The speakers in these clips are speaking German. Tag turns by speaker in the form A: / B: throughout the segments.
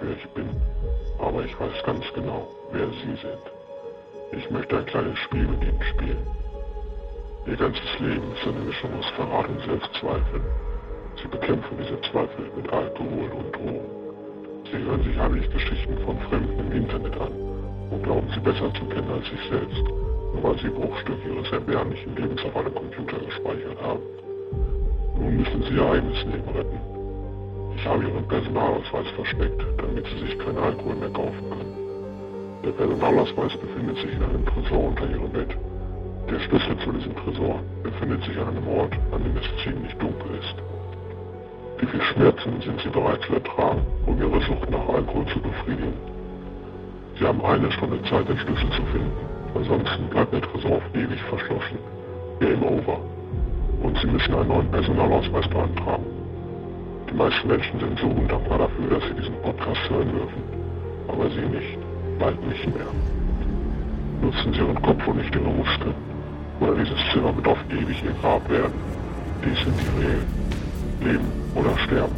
A: wer ich bin, aber ich weiß ganz genau, wer Sie sind. Ich möchte ein kleines Spiel mit Ihnen spielen. Ihr ganzes Leben ist eine Mischung aus Verrat und Selbstzweifeln. Sie bekämpfen diese Zweifel mit Alkohol und Drogen. Sie hören sich heimlich Geschichten von Fremden im Internet an und glauben sie besser zu kennen als sich selbst, nur weil sie Bruchstücke ihres erbärmlichen Lebens auf einem Computer gespeichert haben. Nun müssen sie ihr eigenes Leben retten. Ich habe ihren Personalausweis genau, versteckt, damit sie sich kein Alkohol mehr kaufen können. Der Personalausweis befindet sich in einem Tresor unter ihrem Bett. Der Schlüssel zu diesem Tresor befindet sich an einem Ort, an dem es ziemlich dunkel ist. Wie viel Schmerzen sind Sie bereit zu ertragen, um Ihre Sucht nach Alkohol zu befriedigen? Sie haben eine Stunde Zeit, den Schlüssel zu finden. Ansonsten bleibt der Tresor auf ewig verschlossen. Game over. Und Sie müssen einen neuen Personalausweis beantragen. Die meisten Menschen sind so wunderbar dafür, dass sie diesen Podcast hören dürfen. Aber Sie nicht. Bald nicht mehr. Nutzen Sie Ihren Kopf und nicht Ihre Muskeln. Oder dieses Zimmer wird auf ewig Ihr Grab werden. Dies sind die Regeln. Leben oder sterben.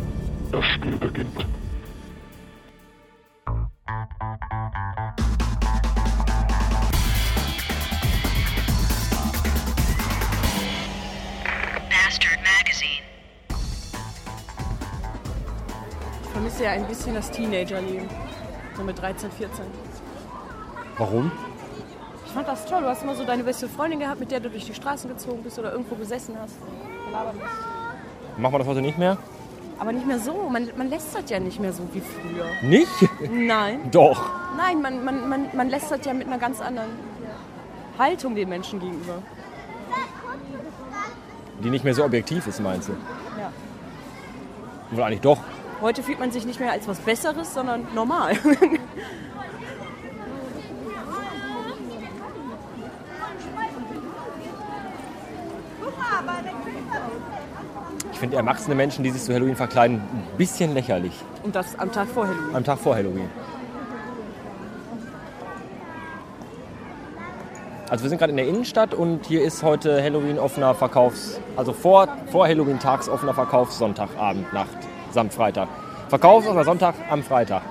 A: Das Spiel beginnt.
B: Bastard Magazine.
C: Ich vermisse ja ein bisschen das Teenagerleben. So mit 13, 14.
D: Warum?
C: Ich fand das toll. Du hast immer so deine beste Freundin gehabt, mit der du durch die Straßen gezogen bist oder irgendwo gesessen hast. Gelabert hast.
D: Machen wir das heute nicht mehr?
C: Aber nicht mehr so. Man, man lässt das ja nicht mehr so wie früher.
D: Nicht?
C: Nein.
D: Doch.
C: Nein, man, man, man, man lässt das ja mit einer ganz anderen Haltung den Menschen gegenüber.
D: Die nicht mehr so objektiv ist, meinst du?
C: Ja.
D: Wohl eigentlich doch.
C: Heute fühlt man sich nicht mehr als was Besseres, sondern normal.
D: Ich finde erwachsene Menschen, die sich zu Halloween verkleiden, ein bisschen lächerlich.
C: Und das am Tag vor Halloween.
D: Am Tag vor Halloween. Also wir sind gerade in der Innenstadt und hier ist heute Halloween offener Verkaufs... Also vor, vor Halloween tags offener Verkaufssonntag, Abend, Nacht, samt Freitag. Verkaufs oder Sonntag am Freitag.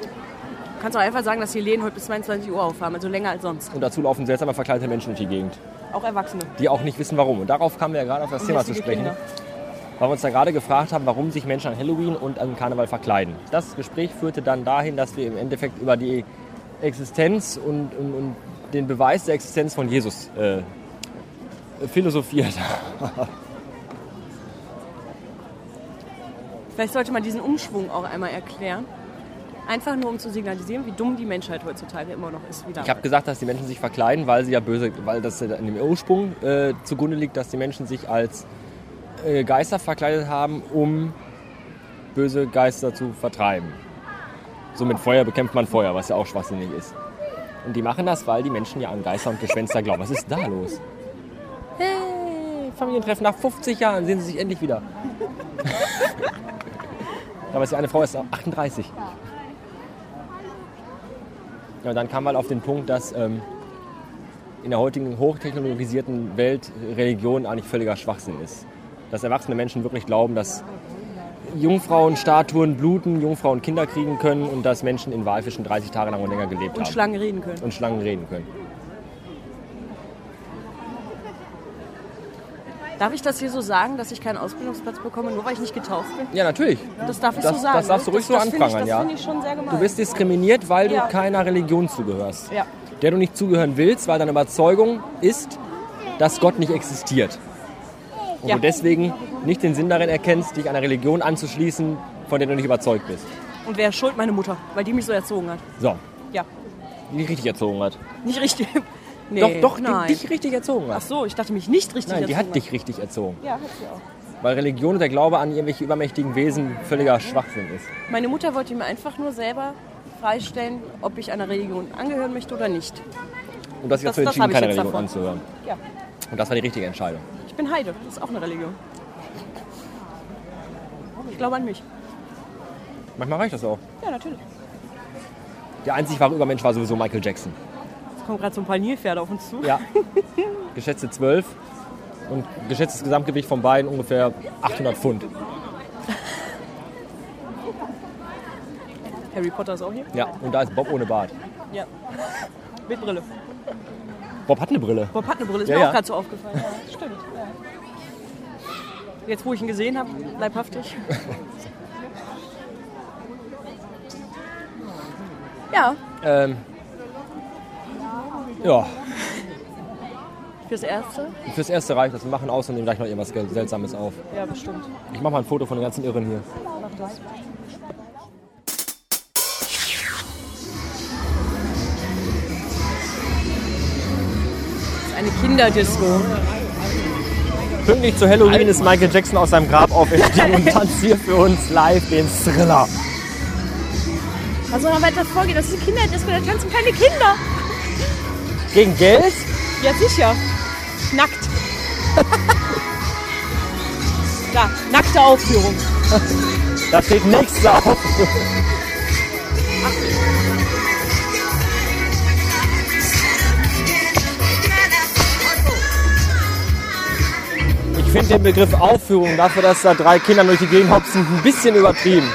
C: Du kannst auch einfach sagen, dass die Läden heute bis 22 Uhr aufhaben, also länger als sonst.
D: Und dazu laufen seltsame verkleidete Menschen durch die Gegend,
C: Auch Erwachsene.
D: die auch nicht wissen warum. Und darauf kamen wir ja gerade auf das Thema zu
C: lästige
D: sprechen.
C: Kinder.
D: weil wir uns da gerade gefragt haben, warum sich Menschen an Halloween und an Karneval verkleiden. Das Gespräch führte dann dahin, dass wir im Endeffekt über die Existenz und, und, und den Beweis der Existenz von Jesus äh, philosophiert haben.
C: Vielleicht sollte man diesen Umschwung auch einmal erklären. Einfach nur, um zu signalisieren, wie dumm die Menschheit heutzutage immer noch ist. Wieder.
D: Ich habe gesagt, dass die Menschen sich verkleiden, weil sie ja böse, weil das ja in dem Ursprung äh, zugrunde liegt, dass die Menschen sich als äh, Geister verkleidet haben, um böse Geister zu vertreiben. So mit Feuer bekämpft man Feuer, was ja auch schwachsinnig ist. Und die machen das, weil die Menschen ja an Geister und Geschwänster glauben. Was ist da los? Hey, Familientreffen nach 50 Jahren sehen sie sich endlich wieder. Damals die eine Frau ist 38. Ja, und dann kam man auf den Punkt, dass ähm, in der heutigen hochtechnologisierten Welt Religion eigentlich völliger Schwachsinn ist. Dass erwachsene Menschen wirklich glauben, dass Jungfrauen Statuen bluten, Jungfrauen Kinder kriegen können und dass Menschen in Walfischen 30 Tage lang und länger gelebt
C: und
D: haben.
C: Schlangen reden können.
D: und Schlangen reden können.
C: Darf ich das hier so sagen, dass ich keinen Ausbildungsplatz bekomme, nur weil ich nicht getauft bin?
D: Ja, natürlich.
C: Das darf ich
D: Das-
C: so sagen.
D: das darfst du
C: ne?
D: ruhig so
C: das find ich,
D: anprangern,
C: Das
D: ja.
C: finde ich schon sehr gemein.
D: Du bist diskriminiert, weil
C: Ja.
D: du keiner Religion zugehörst.
C: Ja.
D: Der du nicht zugehören willst, weil deine Überzeugung ist, dass Gott nicht existiert. Und
C: Ja.
D: du deswegen nicht den Sinn darin erkennst, dich einer Religion anzuschließen, von der du nicht überzeugt bist.
C: Und wer ist schuld? Meine Mutter, weil die mich so erzogen hat.
D: So,
C: Ja,
D: die dich richtig erzogen hat.
C: nicht richtig. Nee,
D: doch, doch,
C: nein.
D: die dich richtig erzogen
C: Ach
D: hat.
C: so, ich dachte mich nicht richtig
D: Nein, die
C: erzogen
D: hat dich richtig erzogen.
C: Ja, hat sie auch.
D: Weil Religion und der Glaube an irgendwelche übermächtigen Wesen völliger Schwachsinn ist.
C: Meine Mutter wollte mir einfach nur selber freistellen, ob ich einer Religion angehören möchte oder nicht.
D: Und du hast
C: Das- das
D: dich dazu entschieden,
C: hab ich
D: keine
C: jetzt
D: Religion
C: davon.
D: anzuhören.
C: Ja,
D: Und das war die richtige Entscheidung.
C: ich bin Heide. Das ist auch eine Religion. Ich glaube an mich.
D: Manchmal reicht das auch.
C: Ja, natürlich.
D: Der einzig wahre Übermensch war sowieso Michael Jackson.
C: Es kommen gerade so ein paar Nilpferde auf uns zu.
D: Ja. Geschätzte 12 und geschätztes Gesamtgewicht von beiden ungefähr 800 Pfund.
C: Harry Potter ist auch hier.
D: Ja, und da ist Bob ohne Bart.
C: Ja. Mit Brille.
D: Bob hat eine Brille.
C: Bob hat eine Brille, ist
D: Ja,
C: mir
D: ja.
C: auch gerade so aufgefallen. Ja, stimmt. Ja. Jetzt, wo ich ihn gesehen habe, leibhaftig. ja,
D: Ähm, ja,
C: fürs Erste.
D: fürs Erste reicht das. Wir machen aus und nehmen gleich noch irgendwas Gel- Seltsames auf.
C: Ja, bestimmt.
D: Ich mache mal ein Foto von den ganzen Irren hier.
C: Das ist eine Kinderdisco.
D: Pünktlich zu Halloween ist Michael Jackson aus seinem Grab auferstanden und tanzt hier für uns live den Thriller.
E: Was soll Also, noch weiter vorgehen? Das ist eine Kinderdisco, da tanzen keine Kinder.
D: Gegen Geld?
C: Ja, sicher. Nackt. da, nackte Aufführung.
D: Da steht nichts drauf. Ich finde den Begriff Aufführung dafür, dass da drei Kinder durch die Gegend hopsen, ein bisschen übertrieben.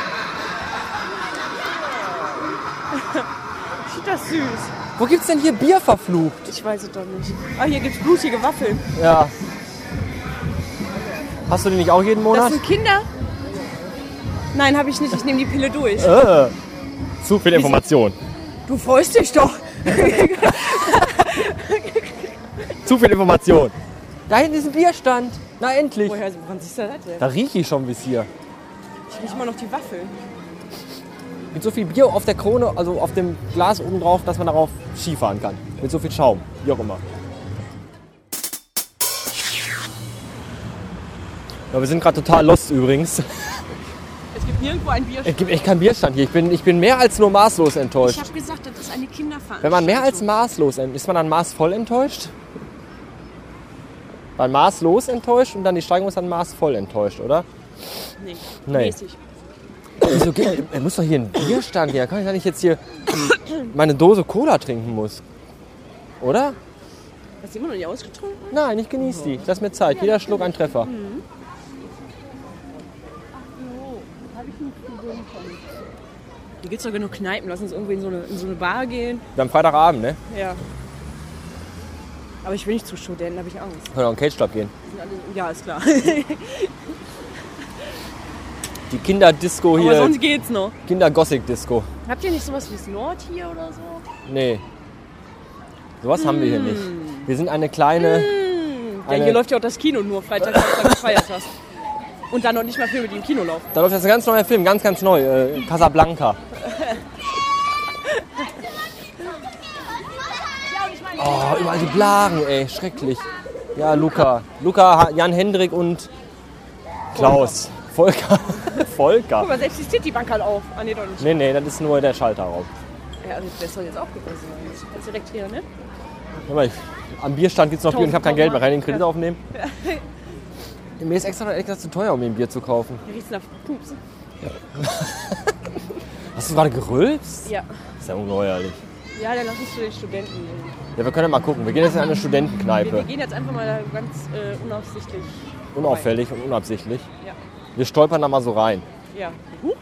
C: Ich find das süß.
D: Wo gibt's denn hier Bier verflucht?
C: Ich weiß es doch nicht. Ah, hier gibt's blutige Waffeln.
D: Ja. Hast du den nicht auch jeden
C: Das
D: Monat?
C: sind Kinder? Nein, habe ich nicht. Ich nehme die Pille durch.
D: Zu viel Information.
C: Du freust dich doch.
D: Zu viel Information. Da hinten ist ein Bierstand. Na endlich.
C: Woher, woran siehst du das denn?
D: Da rieche ich schon bis hier.
C: Ich rieche mal noch die Waffeln.
D: Mit so viel Bier auf der Krone, also auf dem Glas oben drauf, dass man darauf Skifahren kann. Mit so viel Schaum, wie auch immer. Ja, wir sind gerade total lost übrigens.
C: Es gibt nirgendwo ein Bier.
D: Es gibt echt keinen Bierstand hier. Ich bin, ich bin mehr als nur maßlos enttäuscht.
C: habe gesagt, das ist eine Kinderfahrt.
D: Wenn man mehr als maßlos ent- ist man dann maßvoll enttäuscht? Weil maßlos enttäuscht und dann die Steigerung ist dann maßvoll enttäuscht, oder?
C: Nee.
D: Nein.
C: Mäßig.
D: Wieso geht, er muss doch hier einen Bierstand gehen. Da kann ich ja nicht jetzt hier meine Dose Cola trinken muss. Oder?
C: Hast du immer noch nicht ausgetrunken?
D: Nein, ich genieße die. Lass mir Zeit. Jeder Schluck ein Treffer.
C: Hier gibt's doch genug Kneipen. Lass uns irgendwie in so eine, in so eine Bar gehen.
D: Wir haben Freitagabend, ne?
C: Ja. Aber ich will nicht zu Studenten, habe ich Angst.
D: Können wir auch in den Cage Club gehen.
C: Die sind alle- Ja, ist klar.
D: Die Kinderdisco
C: Aber
D: hier.
C: sonst geht's noch.
D: Kinder-Gothic-Disco.
C: Habt ihr nicht sowas wie das Nord hier oder so?
D: Nee. Sowas haben wir hier
C: Mm.
D: nicht. Wir sind eine kleine.
C: Ja,
D: Eine-
C: hier läuft ja auch das Kino nur Freitag, Samstag, Feiertag. Und dann noch nicht mal Filme, die im Kino laufen.
D: Da läuft jetzt ein ganz neuer Film, ganz, ganz neu. Äh, Casablanca. Oh, überall die Blagen, ey. Schrecklich. Ja, Luca. Luca, Ha- Jan Hendrik und Klaus. Volker. Volker.
C: Guck mal, selbst die Citibank hat auf. Ah, nee, doch nicht.
D: Nee, nee, das ist nur der Schalterraum.
C: Ja, also der ist doch jetzt auch gewesen. Das ist direkt hier, ne?
D: Guck mal, ich- Am Bierstand gibt es noch Bier und ich habe kein Geld mehr. Kann ich den Kredit aufnehmen? Mir ist extra extra zu teuer, um mir ein Bier zu kaufen.
C: Hier riecht's nach Pups.
D: Hast du gerade gerülpst?
C: Ja.
D: Das ist ja ungeheuerlich.
C: Ja, dann lass uns zu den Studenten gehen.
D: Ja, wir können ja mal gucken. Wir gehen jetzt in eine
C: Wir, wir
D: Studentenkneipe.
C: gehen jetzt einfach mal da ganz äh, unaufsichtlich.
D: Unauffällig und unabsichtlich.
C: Ja.
D: Wir stolpern da mal so rein.
C: Ja. Huh?